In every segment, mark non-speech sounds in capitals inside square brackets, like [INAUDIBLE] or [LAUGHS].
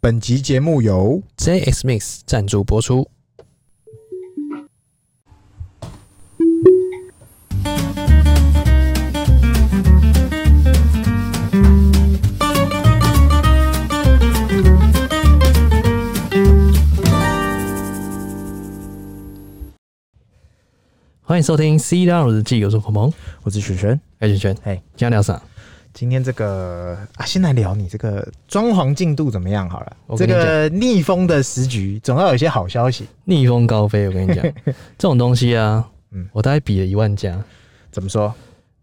本集节目由 JX Mix 赞助播出。欢迎收听《C 浪日记》，我是鹏鹏，我是雪轩。哎，圈圈，嘿今天聊啥？今天这个啊，先来聊你这个装潢进度怎么样好了。我这跟你讲个逆风的时局，总要有一些好消息。逆风高飞，我跟你讲，这种东西啊，嗯我大概比了一万家，怎么说？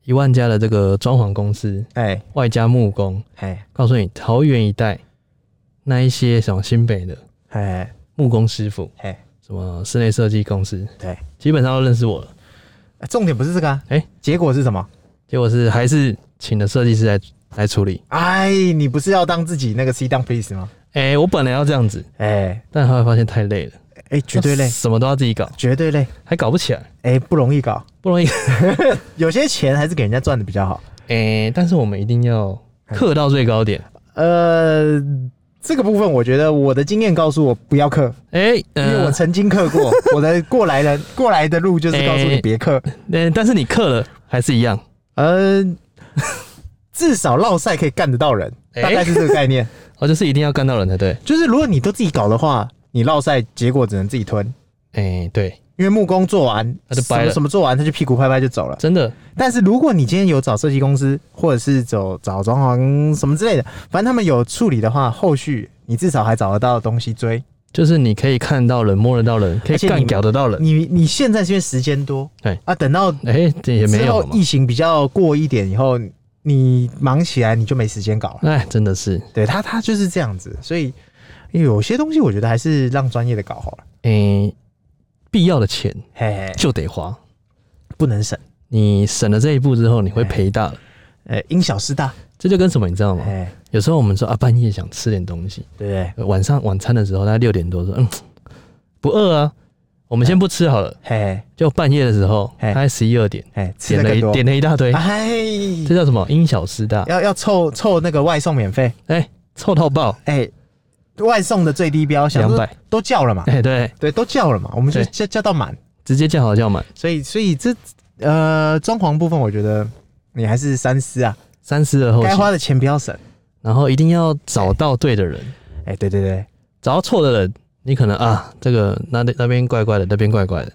一万家的这个装潢公司，哎外加木工，哎告诉你，桃园一带那一些什么新北的哎木工师傅，哎，什么室内设计公司，对、基本上都认识我了。啊重点不是这个啊。哎结果是什么？结果是还是请了设计师来来处理。哎，你不是要当自己那个 C down please 吗？哎、我本来要这样子，哎但后来发现太累了，哎，绝对累，什么都要自己搞，绝对累。还搞不起来，哎，不容易搞，不容易。 [LAUGHS] 有些钱还是给人家赚的比较好。哎、但是我们一定要嗯刻到最高点。呃，这个部分我觉得我的经验告诉我不要刻，哎、因为我呃，曾经刻 [LAUGHS] 过，我的过来人过来的路就是告诉你别刻。呃但是你刻了还是一样。呃，至少绕赛可以干得到人，哎大概是这个概 [LAUGHS] 念。哦，就是一定要干到人才对。就是如果你都自己搞的话，你绕赛结果只能自己吞。哎、对，因为木工做完，他就什掰么了什么做完，他就屁股拍拍就走了。真的，但是如果你今天有找设计公司，或者是走找装潢什么之类的，反正他们有处理的话，后续你至少还找得到东西追。就是你可以看到人，摸得到人，可以而且你干屌得到人。你你现在是因为时间多，对啊，等到哎、这也没之有后嘛。疫情比较过一点以后，你忙起来你就没时间搞了。哎，真的是，对他，他就是这样子，所以有些东西我觉得还是让专业的搞好了，哎、必要的钱嘿嘿，就得花。不能省，你省了这一步之后，你会赔大了。呃，因小失大，这就跟什么你知道吗？哎，有时候我们说啊，半夜想吃点东西，对不对？呃晚上晚餐的时候，大概六点多说，嗯，不饿啊，我们先不吃好了。嘿就半夜的时候，哎大概十一二点，嘿，吃的点了更一多，点了一大堆，哎，这叫什么？因小失大，要要凑凑那个外送免费，哎，臭到爆，哎，外送的最低标，想两说百，都叫 [LAUGHS] 了嘛，哎，对，对，都叫了嘛，我们就对叫叫到满，直接叫好叫满，所以所以这呃装潢部分，我觉得你还是三思啊，三思而后该行，花的钱不要省，然后一定要找到对的人，哎，对对对，找到错的人，你可能啊，这个那那边怪怪的，那边怪怪的，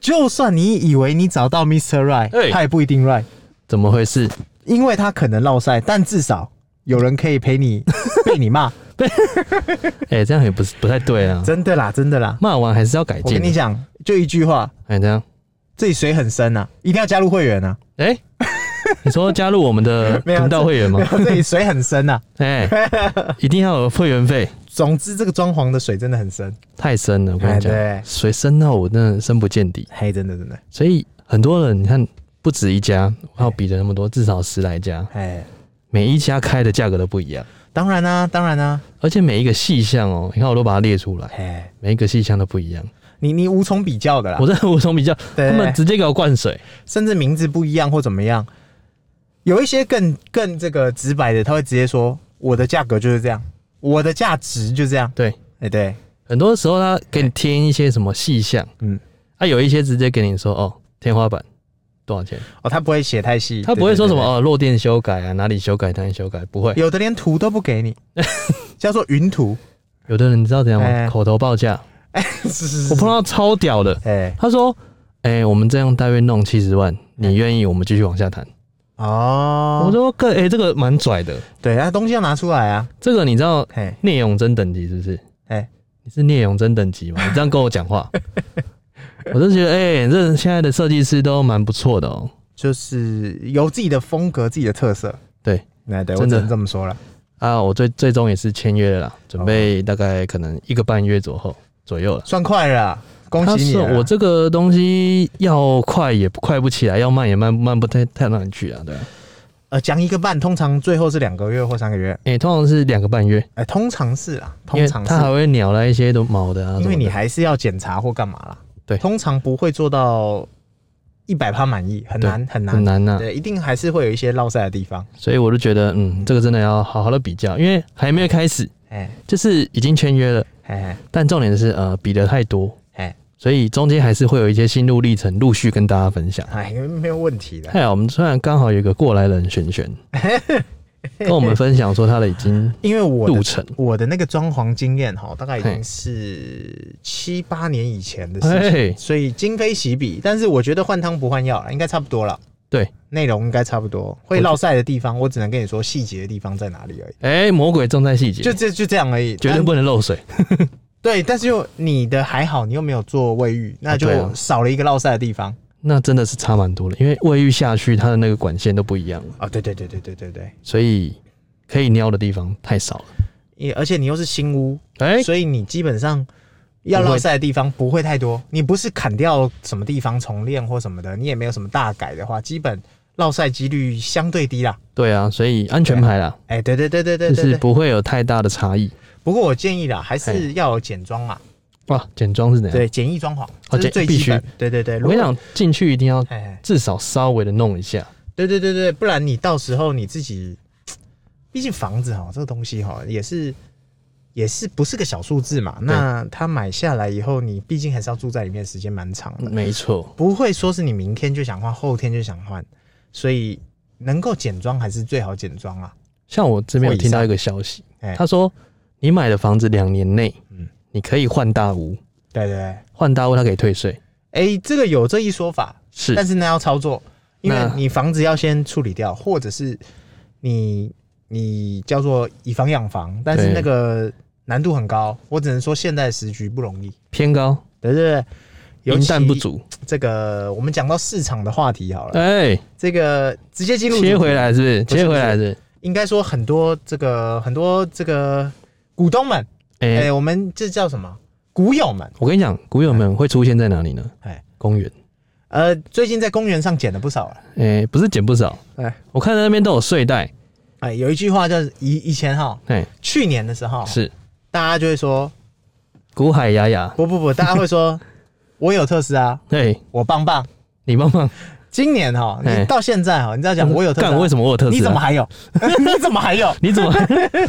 就算你以为你找到 Mr. Right，、哎他也不一定 Right。怎么回 [LAUGHS] 事？因为他可能落赛，但至少有人可以陪 [LAUGHS] 你被你骂，哎、这样也不是不太对啊。真的啦，真的啦。骂完还是要改我进啊跟你的。讲，就一句话，哎，这样，这里水很深啊，一定要加入会员啊！ [LAUGHS] 哎、你说加入我们的没有频道会 [LAUGHS] 员吗？这里水很深啊。哎、一定要有会员费，总之，这个装潢的水真的很深，太深了。我跟哎，你讲，对，水深到我真的深不见底。嘿，真的真的，所以很多人，你看不止一家，还有比的那么多，至少十来家，哎，每一家开的价格都不一样，当然啦、当然啊啦、而且每一个细项哦，你看我都把它列出来，哎，每一个细项都不一样。你你无从比较的啦我，在无从比较，对他们直接给我灌水，甚至名字不一样或怎么样，有一些更更这个直白的，他会直接说我的价格就是这样，我的价值就这样，对。哎，对，很多时候他给你添一些什么细项，嗯嗯，啊，有一些直接给你说哦，天花板多少钱，哦，他不会写太细，他不会说什么对对对哦，漏电修改啊，哪里修改哪里修改，不会。有的连图都不给 [LAUGHS] 你，叫做云图。有的人你知道怎样哎吗？口头报价，是是我碰到超屌的，哎、他说，哎，我们这样大约弄七十万，你愿意我们继续往下谈。嗯我哦，说哥，哎，这个蛮拽的，对，那东西要拿出来啊。这个你知道嘿，聂永真等级是不是？哎，你是聂永真等级吗？你这样跟我讲话，我就觉得，哎，这现在的设计师都蛮不错的哦。就是有自己的风格、自己的特色。对，哎，对我真只的能这么说了。啊，我最最终也是签约了啦，准哦备大概可能一个半月左右左右了。算快了啊，恭他喜你说了啊！我这个东西要快也不快不起来，要慢也慢慢不太太让你去啊，对吧、呃讲一个半，通常最后是两个月或三个月。诶、哎通常是两个半月，哎、通常是啊，因通为常他还是，会鸟来一些都毛的啊，因为什么你的还是要检查或干嘛啦。对通常不会做到一百趴满意，很对难很难。啊很难呐、啊对，一定还是会有一些落赛的地方。所以我就觉得，嗯，这个真的要好好的比较，因为还没有开始，哎就是已经签约了，哎但重点是呃比的太多，哎所以中间还是会有一些心路历程，陆续跟大家分享。哎，没有问题的。太好，我们突然刚好有一个过来人璇 [LAUGHS] 璇，跟我们分享说他的已经因为我路的程，我的那个装潢经验哈，大概已嘿经是七八年以前的事情，哎，所以今非昔比。但是我觉得换汤不换药了，应该差不多了。对，内容应该差不多，会落晒的地方，我只能跟你说细节的地方在哪里而已，哎，魔鬼重在细节，就这就这样而已。绝对但不能漏水。对，但是又你的还好，你又没有做卫浴，那啊对啊就少了一个落晒的地方。那真的是差蛮多的，因为卫浴下去它的那个管线都不一样了，哦，对对对对对对对，所以可以尿的地方太少了。也而且你又是新屋，哎、所以你基本上要不会落晒的地方不会太多。你不是砍掉什么地方重练或什么的，你也没有什么大改的话，基本落晒几率相对低啦。对啊，所以安全牌啦，哎、对对对对对就对是对。不会有太大的差异。不过我建议啦，还嘿是要有简装嘛，哇，简装是怎样？对，简易装潢，哦这是简最必基须本。对对对，我跟你如果，讲，进去一定要哎，哎至少稍微的弄一下。对对对对，不然你到时候你自己，毕竟房子哈，这个东西哈也是。也是不是个小数字嘛？那他买下来以后，你毕竟还是要住在里面，时间蛮长的。没错，不会说是你明天就想换，后天就想换，所以能够简装还是最好简装啊。像我这边或有以听到上一个消息，哎他说你买的房子两年内，嗯你可以换大屋，对对对，哎、换大屋它可以退税，这个有这一说法，是但是那要操作，因为那你房子要先处理掉，或者是你你叫做以房养房，但是对那个难度很高，我只能说现在时局不容易，偏高，对对对。银弹不足。足。这个我们讲到市场的话题好了，哎、这个直接进入主题切回来是不是？不是切回来是不是？应该说很多这个很多这个股东们，哎、哎、我们这叫什么？股友们，我跟你讲，股友们会出现在哪里呢？哎，公园。呃，最近在公园上捡了不少了。哎、不是捡不少，哎我看到那边都有睡袋。哎，有一句话叫以以前哈，哎、去年的时候，是大家就会说，古海雅雅。不不不，大家会 [LAUGHS] 说，我有特斯拉，哎、我棒棒。你帮忙今年哈，哎你到现在哈，你再讲我有特斯干？拉，为什么我有特斯拉？啊你怎么还有？ [LAUGHS] 你怎么还有？你怎么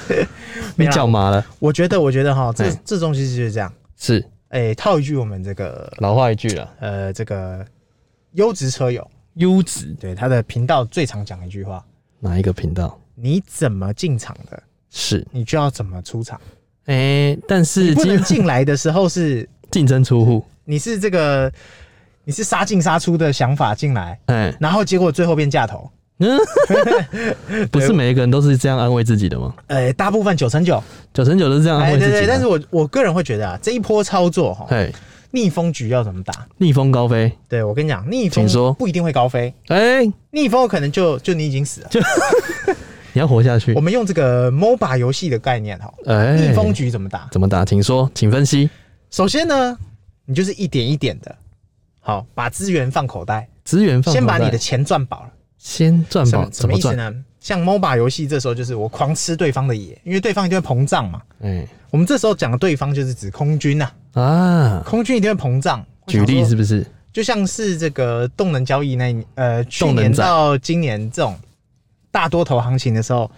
[LAUGHS] 没你啦脚麻了？我觉得，我觉得哈，这哎这东西就是这样。是哎，套一句我们这个老话一句了，呃这个优质车友优质对他的频道最常讲一句话：哪一个频道？你怎么进场的，是你就要怎么出场。哎、但是不能竞进来的时候是竞争出户，你是这个你是杀进杀出的想法进来，哎、嗯然后结果最后变架头。 [LAUGHS] 不是每一个人都是这样安慰自己的吗？呃，大部分九成九，九成九都是这样安哎，慰自对己的。对，但是我我个人会觉得啊，这一波操作哈，哎，逆风局要怎么打？逆风高飞，对我跟你讲，逆风请说不一定会高飞，哎、逆风有可能就就你已经死了。你要活下去我。们用这个 MOBA 游戏的概念哈，哎、逆风局怎么打？怎么打？请说，请分析。首先呢，你就是一点一点的，好，把资源放口袋，资源放口先把袋你的钱赚饱了。先赚什饱么什怎么么意思赚？呢？像 MOBA 游戏这时候就是我狂吃对方的野，因为对方一定会膨胀嘛。哎、我们这时候讲的对方就是指空军呐、啊，空军一定会膨胀。我举想例说是，不是？就像是这个动能交易那一呃去动能年仔到今年这种大多头行情的时候，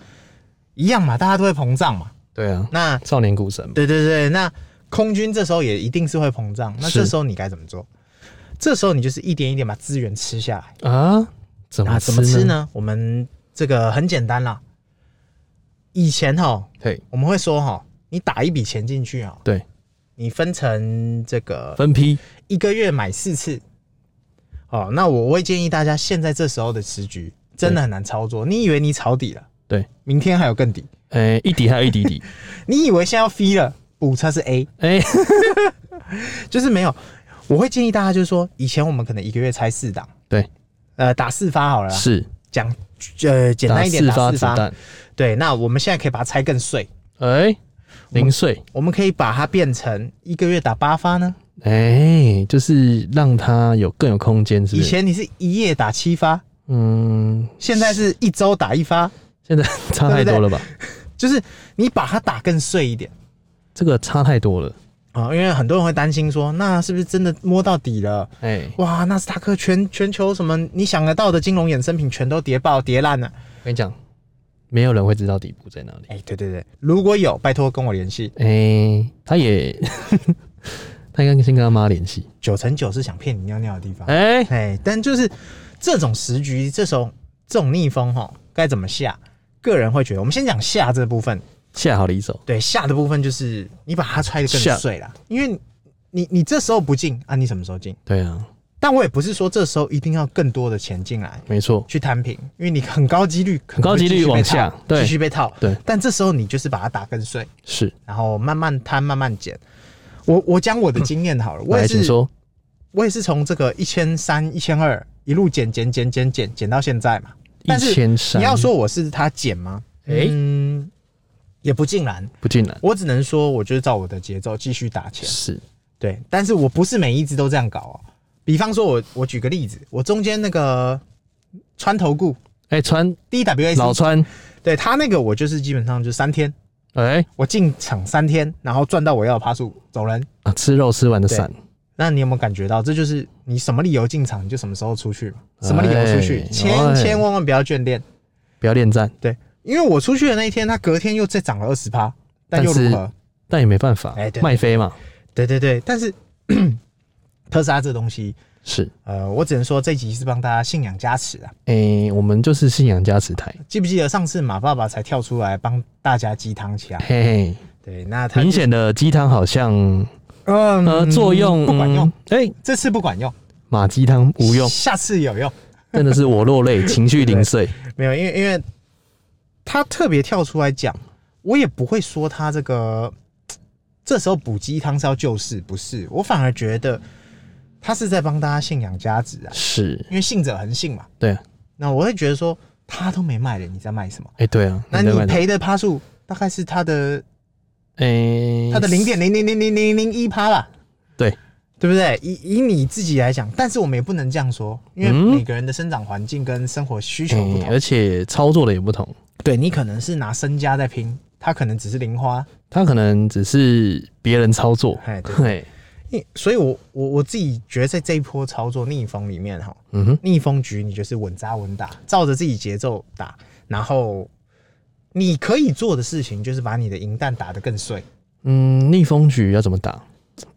一样嘛，大家都会膨胀嘛。对啊，那少年股神嘛，对对对，那空军这时候也一定是会膨胀。那是这时候你该怎么做？这时候你就是一点一点把资源吃下来。啊，怎么啊，怎么吃吃呢？呢？我们这个很简单啦。以前哈，嘿，我们会说哈，你打一笔钱进去啊，对，你分成这个分批一个月买四次。哦，那我会建议大家，现在这时候的时局真的很难操作。你以为你抄底了，对，明天还有更底；哎、一底还有一底 [LAUGHS] 底，你以为现在要飞了，补车是 A，哎、就是没有。我会建议大家，就是说，以前我们可能一个月拆四档，对，呃，打四发好了啦，是讲呃简打单一点，四打发四子发，弹，对，那我们现在可以把它拆更碎，哎、零碎，我们可以把它变成一个月打八发呢。哎、就是让它有更有空间，是不以是？前你是一夜打七发，嗯，现在是一周打一发，现在差太多了吧？就是你把它打更碎一点这个差太多了，啊、因为很多人会担心说，那是不是真的摸到底了？哎、哇，纳斯达克全全球什么你想得到的金融衍生品全都跌爆跌烂了，我跟你讲，没有人会知道底部在哪里。哎、对对对，如果有，拜托跟我联系。哎、他也， [LAUGHS] 他应该先跟他妈联系。九成九是想骗你尿尿的地方。哎、哎、但就是这种时局，这种这种逆风哈，该怎么下？个人会觉得，我们先讲下这部分。下好离手，对下的部分就是你把它揣的更下碎啦，因为你你这时候不进啊，你什么时候进？对啊，但我也不是说这时候一定要更多的钱进来没错，去摊平，因为你很高几率很高几率往下对继续被套。对，但这时候你就是把它打更碎，是。然后慢慢摊，慢慢减。我我讲我的经验好了，我嗯来，也请是说。我也是从这个一千三、一千二一路减减减减减减到现在嘛。一但是千三，你要说我是他减吗？哎嗯，也不尽然。不进来我只能说，我就是照我的节奏继续打钱。是对，啊但是我不是每一只都这样搞哦。比方说我，我举个例子，我中间那个穿头固哎、川 DWS 老川对他那个我就是基本上就三天，哎、我进场三天，然后赚到我要的趴数走人。啊，吃肉吃完的散，那你有没有感觉到，这就是你什么理由进场，你就什么时候出去嘛？什么理由出去哎，千千万万不要眷恋。不要恋战，对，因为我出去的那一天，它隔天又再涨了二十趴，但但又是如何？但也没办法，哎对卖飞嘛，对对对，但是 [COUGHS] 特斯拉这东西，是呃，我只能说这集是帮大家信仰加持啊。哎、我们就是信仰加持台，记不记得上次马爸爸才跳出来帮大家鸡汤起来？嘿对，那他嘿，明显的鸡汤好像嗯呃作用不管用，，哎、这次不管用，马鸡汤无用，下次有用。真的是我落泪，情绪 [LAUGHS] 零碎，没有，因为因为他特别跳出来讲，我也不会说他这个这时候补鸡汤是要救世，不是？我反而觉得他是在帮大家信仰加值啊，是因为信者恒信嘛。对啊，那我会觉得说，他都没卖了，你在卖什么？哎、对啊，那你在卖什么赔的趴数大概是他的哎、他的零点零零零零零零一趴啦，对对不对？以以你自己来讲，但是我们也不能这样说，因为嗯每个人的生长环境跟生活需求不哎、同。而且操作的也不同，对你可能是拿身家在拼，他可能只是零花，他可能只是别人操作，哎对嘿，因所以我我我自己觉得在这一波操作逆风里面哈，嗯哼，逆风局你就是稳扎稳打，照着自己节奏打，然后你可以做的事情就是把你的银弹打得更碎。嗯，逆风局要怎么打？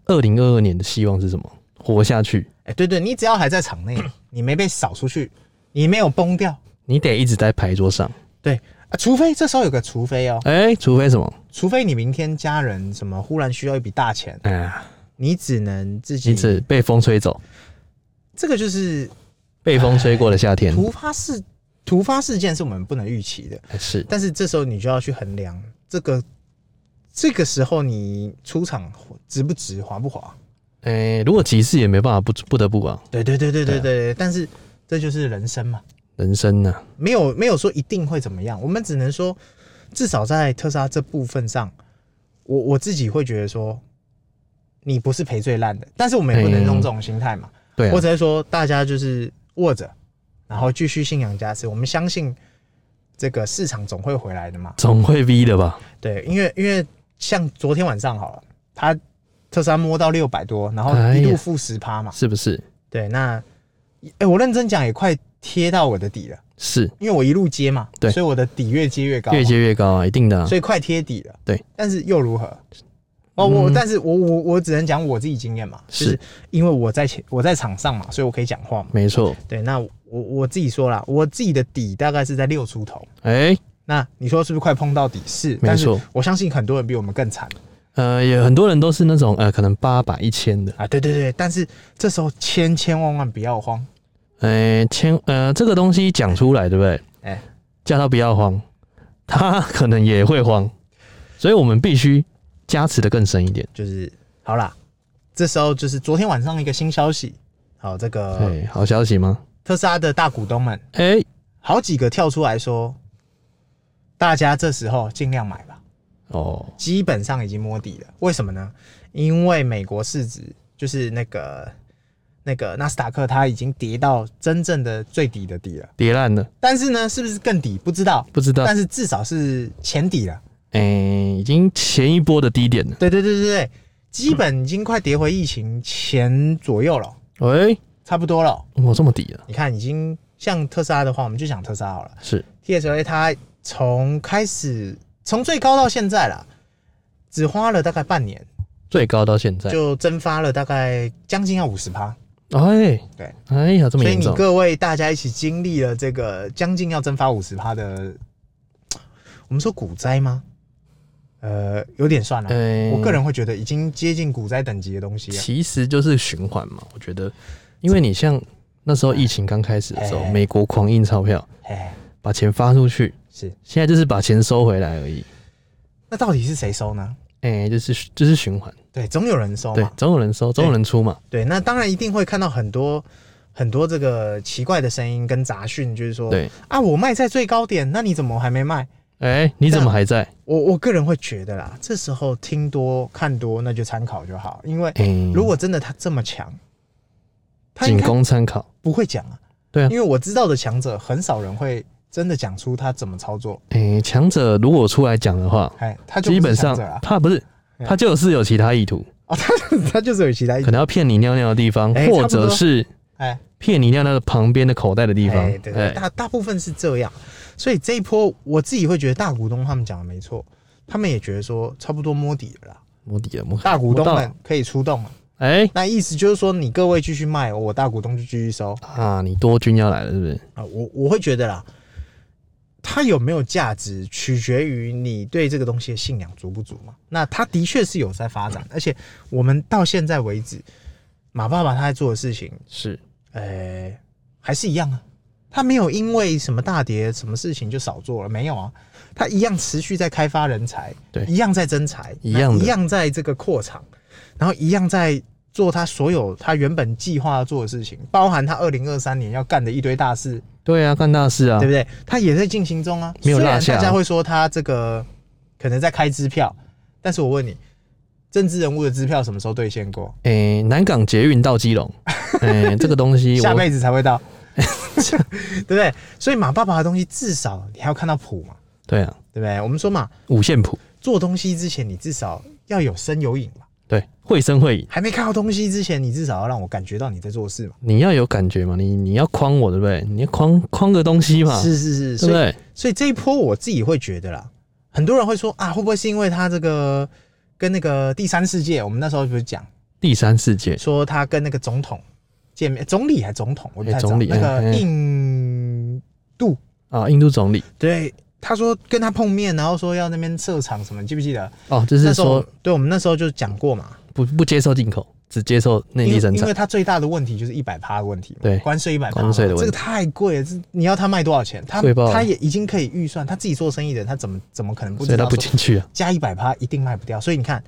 二零二二年的希望是什么？活下去，哎、对对，你只要还在场 [COUGHS] 内，你没被扫出去，你没有崩掉，你得一直在牌桌上。对啊，除非这时候有个除非哦，哎、除非什么？除非你明天家人什么忽然需要一笔大钱，哎呀，你只能自己因此被风吹走，这个就是被风吹过的夏天突发事突发事件是我们不能预期的，是但是这时候你就要去衡量这个这个时候你出场值不值，划不划？哎、如果急事也没办法不不得不啊，对对对对对对对，但是这就是人生嘛，人生啊呐、没有没有说一定会怎么样，我们只能说至少在特斯拉这部分上，我我自己会觉得说。你不是赔最烂的，但是我们也不能用这种心态嘛。对啊我，只是说，大家就是握着，然后继续信仰加持。我们相信这个市场总会回来的嘛。总会 V 的吧？对，因为因为像昨天晚上好了，它特斯拉摸到六百多，然后哎呀一路负十趴嘛。是不是？对，那哎、我认真讲也快贴到我的底了，是因为我一路接嘛，对所以我的底越接越高嘛，越接越高啊，一定的、啊。所以快贴底了。对，嗯但是又如何？哦，我、但是我我我只能讲我自己经验嘛，就是是因为我在前我在场上嘛，所以我可以讲话嘛。没错，对，那我我自己说啦，我自己的底大概是在六出头。哎、那你说是不是快碰到底？是，没但是错我相信很多人比我们更惨呃，也很多人都是那种呃，可能八百一千的，啊！对对对，但是这时候千千万万不要慌，哎、千呃，这个东西讲出来，对不对？哎叫他不要慌，他可能也会慌，所以我们必须加持的更深一点。就是好啦。这时候就是昨天晚上一个新消息，好，这哎、个好消息吗？特斯拉的大股东们哎、好几个跳出来说，大家这时候尽量买吧，哦，基本上已经摸底了。为什么呢？因为美国市值就是那个那个纳斯达克，它已经跌到真正的最底的底了。跌烂了，但是呢，是不是更底不知道，不知道。但是至少是前底了。哎、已经前一波的低点了。对对对对对，基本已经快跌回疫情前左右了，喂、差不多了。我这么低了，啊你看，已经像特斯拉的话，我们就讲特斯拉好了。是 T S A 它从开始从最高到现在啦，只花了大概半年，最高到现在，就蒸发了大概将近要五十趴，哎，对，哎呀，这所么以严你重，各位大家一起经历了这个将近要蒸发五十趴的，我们说股灾吗？呃，有点算了、哎我个人会啊觉得已经接近股灾等级的东西了。其实就是循环嘛。我觉得，因为你像那时候疫情刚开始的时候，哎美国狂印钞票，哎，把钱发出去，是，现在就是把钱收回来而已。那到底是谁收呢？哎，就是就是循环，对，总有人收对嘛。，总有人收，总有人出嘛。对，那当然一定会看到很多很多这个奇怪的声音跟杂讯，就是说，对，啊，我卖在最高点，那你怎么还没卖？哎，你怎么还在？我我个人会觉得啦，这时候听多看多，那就参考就好，因为哎，如果真的他这么强，他应仅该供参考。不会讲啊。对啊因为我知道的强者，很少人会真的讲出他怎么操作。哎，强者如果出来讲的话，哎，他就不基是本强上者啊，他不是，嗯他就是有其他意图，哦，他 [LAUGHS] 他就是有其他意可能要骗你尿尿的地方，哎差或不多者是哎骗你尿尿的旁边的口袋的地方。哎，对对，哎大大部分是这样。所以这一波，我自己会觉得大股东他们讲的没错，他们也觉得说差不多摸底了啦，摸底了，摸大股东摸到们了可以出动了。哎那意思就是说，你各位继续卖，我大股东就继续收啊，你多军要来了，是不是？啊。我我会觉得啦，它有没有价值，取决于你对这个东西的信仰足不足嘛。那它的确是有在发展，而且我们到现在为止，马爸爸他在做的事情，是，呃，还是一样啊。他没有因为什么大跌什么事情就少做了，没有啊，他一样持续在开发人才，对一样在增才，一样的一样在这个扩厂，然后一样在做他所有他原本计划要做的事情，包含他二零二三年要干的一堆大事，对啊，干大事啊对，不对？他也在进行中啊，没有落下啊虽然大家会说他这个可能在开支票，但是我问你，政治人物的支票什么时候兑现过？哎，南港捷运 [LAUGHS] 到基隆，哎，这个东西下我辈子才会 [LAUGHS] 到，对不对？所以马爸爸的东西至少你还要看到谱嘛，对啊，对不对？我们说嘛，五线谱，做东西之前你至少要有声有影嘛，对，会声会影，还没看到东西之前，你至少要让我感觉到你在做事嘛。你要有感觉嘛，你你要框我，对不对？你要框框个东西嘛，是是是，啊对所不以对？所以这一波我自己会觉得啦，很多人会说啊，会不会是因为他这个跟那个第三世界，我们那时候不是讲第三世界，说他跟那个总统见面，总理还总统，我不太哎知道总理那哎哎个印度啊，印度总理对，他说跟他碰面，然后说要那边设厂什么，你记不记得？哦，就那是时候说，对我们那时候就讲过嘛，不不接受进口，只接受内因地为生因产为，他最大的问题就是一百趴的问题嘛，对关税一百趴嘛，关税的问题这个太贵了，这你要他卖多少钱？他贵爆了他也已经可以预算，他自己做生意的人，他怎么怎么可能不所知以他道不说进去啊。加一百趴一定卖不掉？所以你看，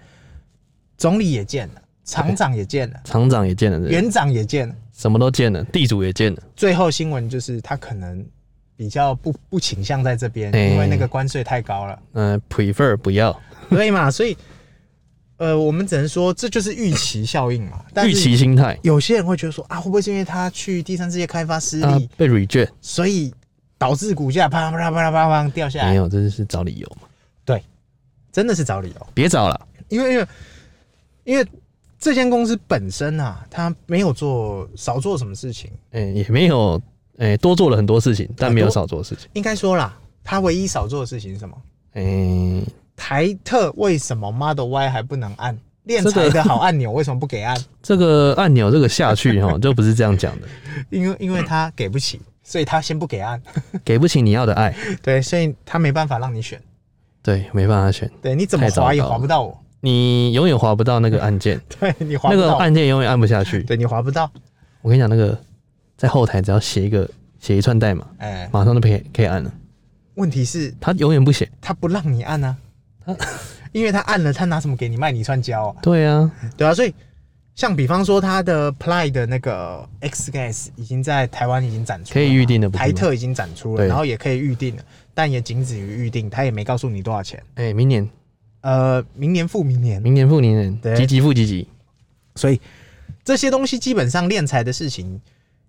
总理也见了，厂长也见了，厂长也见了，人园长也见了，什么都见了，地主也见了，最后新闻就是他可能比较不不倾向在这边，哎因为那个关税太高了。嗯、p r e f e r 不要， [LAUGHS] 对嘛？所以，呃，我们只能说这就是预期效应 [LAUGHS] 嘛。但预是期心态有些人会觉得说啊，会不会是因为他去第三世界开发失利，啊，被 reject 所以导致股价啪啦啪啦啪啦啪啦掉下没来？有，这就是找理由嘛，真的是找理由，别找了，因为因为因为这间公司本身啊，它没有做少做什么事情，哎、也没有，哎、多做了很多事情，但啊没有少做事情，应该说啦，它唯一少做的事情是什么？哎、台特为什么 Model Y 还不能按？炼这材个的好按钮为什么不给按？这个按钮这个下去 [LAUGHS] 哈，就不是这样讲的，因为因为他给不起，所以他先不给按。给不起你要的爱，对，所以他没办法让你选。对，没办法选，对，你怎么太糟划也糕了划不到我，你永远划不到那个按键，对你划那不个到我，按键永远按不下去。对你划不到，我跟你讲，那个在后台只要写一个写一串代码，哎，马上就可以可以按了，问题是他永远不写，他不让你按啊， [LAUGHS] 因为他按了，他拿什么给你卖你串胶啊？对啊，对啊，所以像比方说他的 Ply 的那个 X Gas 已经在台湾已经展出了嘛，可以预定的不是吗台特已经展出了，对然后也可以预定了，但也仅止于预定，他也没告诉你多少钱。哎、明年呃，明年付明年，明年复明年，对积极复积极，所以这些东西基本上敛财的事情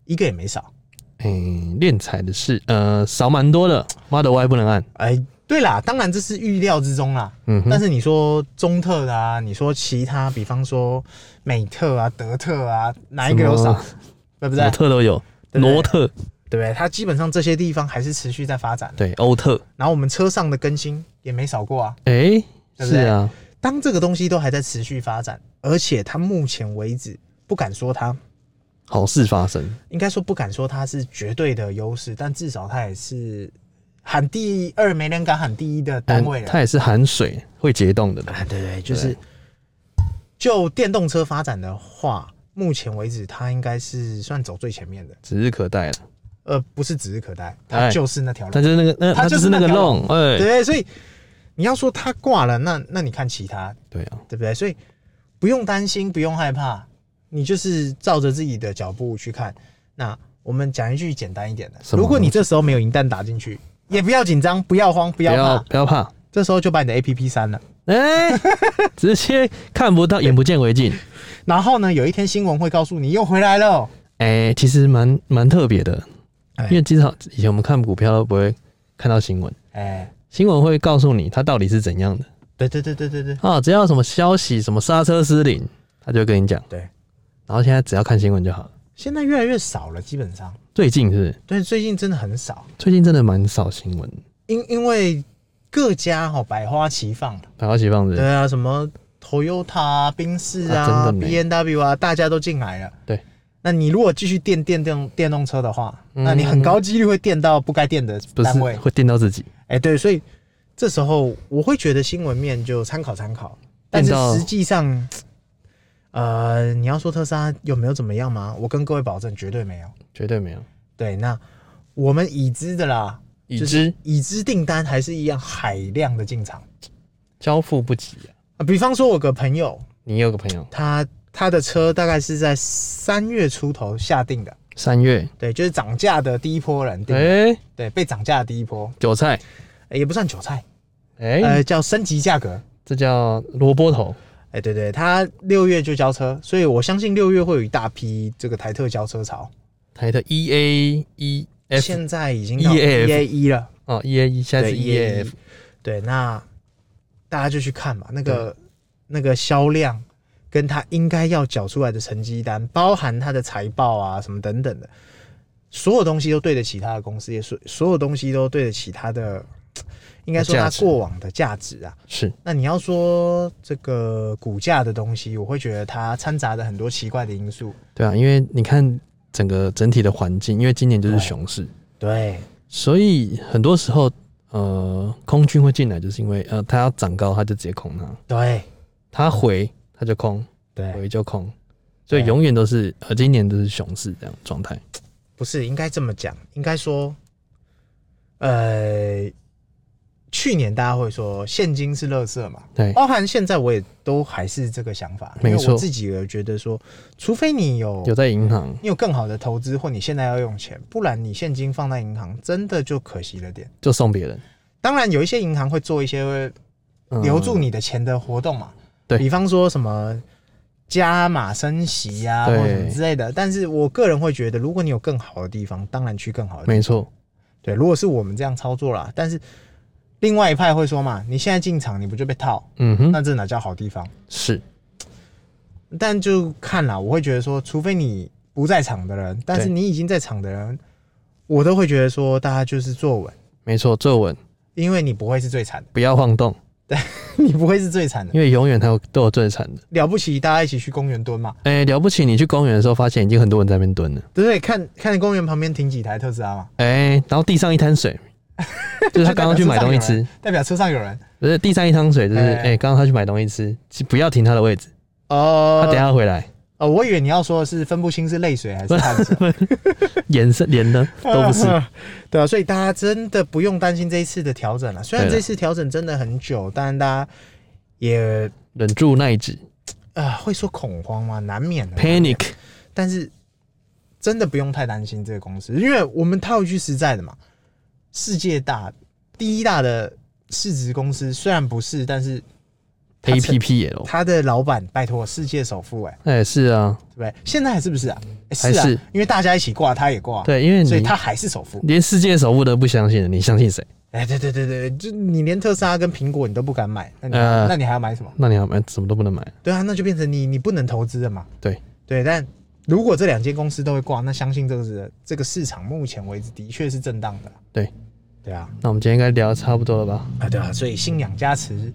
一个也没少。哎、练财的事，呃，少蛮多的，Model Y 不能按，哎，对啦，当然这是预料之中啦。嗯哼，但是你说中特的啊，你说其他，比方说美特啊、德特啊，哪一个有什少么？对不模对？特都有，对不对模特对不对？它基本上这些地方还是持续在发展的。对，欧特，然后我们车上的更新也没少过啊。哎、对不是对啊，当这个东西都还在持续发展，而且它目前为止不敢说它，好事发生，应该说不敢说它是绝对的优势，但至少它也是喊第二，没人敢喊第一的单但位啊了。它也是含水会结冻的东西啊，对对，就是就电动车发展的话，目前为止它应该是算走最前面的，指日可待了。呃，不是指日可待，它哎就是那条路。它就是那个，那它它就就是是那那个条弄，哎、对，所以你要说它挂了，那那你看其他对啊，对不对？所以不用担心，不用害怕，你就是照着自己的脚步去看。那我们讲一句简单一点的，什么如果你这时候没有银弹打进去，也不要紧张，不要慌，不不要要怕，不要怕，这时候就把你的 A P P 删了。哎、 [LAUGHS] 直接看不到，眼不见为净。然后呢，有一天新闻会告诉你又回来了哦，哎、其实蛮蛮特别的，哎因为经常以前我们看股票都不会看到新闻，哎，新闻会告诉你它到底是怎样的对对对对对对啊，只要有什么消息、什么刹车失灵，他就会跟你讲。对，然后现在只要看新闻就好了。现在越来越少了，基本上，最近是不是对，最近真的很少，最近真的蛮少新闻，因因为各家哈、哦、百花齐放，百花齐放对是啊，什么 Toyota 啊、宾士啊、啊真的 B 没 N W 啊，大家都进来了。对，那你如果继续电电动电动车的话，嗯那你很高几率会电到不该电的不是单位。会电到自己？哎、对，所以这时候我会觉得新闻面就参考参考，但是电到实际上，呃，你要说特斯拉有没有怎么样吗？我跟各位保证，绝对没有。绝对没有，对，那我们已知的啦，已就是知已知订单还是一样海量的进场、交付不及、啊。啊比方说，我有个朋友，你有个朋友他他的车大概是在三月出头下定的，三月，对，就是涨价的第一波人定的，哎、对，被涨价的第一波，韭菜，呃也不算韭菜，哎、呃，叫升级价格。这叫萝卜头。哎，对对，他六月就交车，所以我相信六月会有一大批这个台特交车潮。台的 E A E F E 现在已经到 EAF EA 一了，哦，E A E 现在对是 E A EA F，一，对，那大家就去看吧，那个那个销量跟他应该要缴出来的成绩单，包含他的财报啊什么等等的，所有东西都对得起他的公司，也所所有东西都对得起他的，应该说他价值过往的价值啊。是那你要说这个股价的东西，我会觉得它掺杂着很多奇怪的因素。对啊，因为你看整个整体的环境，因为今年就是熊市，对，所以很多时候呃，空军会进来，就是因为呃，它要长高，它就直接空它，对，它回它就空，对，回就空，所以哎对永远都是呃，今年都是熊市这样的状态。不是应该这么讲，应该说，呃，去年大家会说现金是垃圾嘛，对，包含现在我也都还是这个想法，没错因为我自己也觉得说，除非你有有在银行，你有更好的投资，或你现在要用钱，不然你现金放在银行真的就可惜了点。就送别人，当然，有一些银行会做一些呃嗯留住你的钱的活动嘛，对比方说什么加码升息呀、或对者什么之类的。但是我个人会觉得，如果你有更好的地方，当然去更好的地方。没错，对，如果是我们这样操作啦，但是另外一派会说嘛，你现在进场你不就被套？嗯哼，那这哪叫好地方？是但就看啦，我会觉得说，除非你不在场的人，但是对你已经在场的人，我都会觉得说，大家就是坐稳，没错，坐稳，因为你不会是最惨的， [LAUGHS] 不要晃动，你不会是最惨的。因为永远它有都有最惨的。了不起，大家一起去公园蹲嘛，哎、了不起！你去公园的时候，发现已经很多人在那边蹲了。对不对？看看公园旁边停几台特斯拉嘛，哎、然后地上一滩 [LAUGHS] 水，就是他刚刚去买东西吃，代表车上有人。不是地上一滩水，就是哎哎，刚刚他去买东西吃，其不要停他的位置，哦他等一下回来，哦，我以为你要说的是分不清是泪水还是汗水，眼神 [LAUGHS] 脸呢都不是，对啊，所以大家真的不用担心这一次的调整了。虽然对了这次调整真的很久，但大家也忍住耐止呃会说恐慌嘛，难免的。 ，panic，但是真的不用太担心这个公司，因为我们套一句实在的嘛，世界大第一大的市值公司虽然不是，但是它 A 曾 P P 也咯，他的老板拜托世界首富哎、哎、是啊，对不对？现在还是不是啊？哎还是啊是因为大家一起挂，他也挂，，对，因为所以你他还是首富。连世界首富都不相信了，你相信谁？哎，对对对对，就你连特斯拉跟苹果你都不敢买，那你、呃那你还要买什么？那你要买什么都不能买，对啊，那就变成你你不能投资了嘛。对对，但如果这两间公司都会挂，那相信这个是这个市场目前为止的确是震荡的。对，对啊，那我们今天应该聊得差不多了吧？啊对啊，所以信仰加持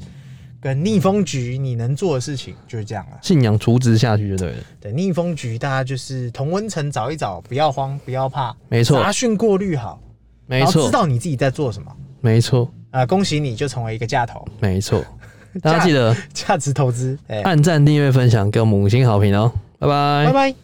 跟逆风局，你能做的事情就是这样了。信仰除值下去就对了，对，逆风局大家就是同温层找一找，不要慌，不要怕，没错杂讯过滤好，没然后错知，道你自己在做什么。没错，啊，恭喜你就成为一个架头，[LAUGHS] 没错。大家记得价值投资。哎、按赞、订阅、分享，给我们五星好评哦，拜拜拜拜。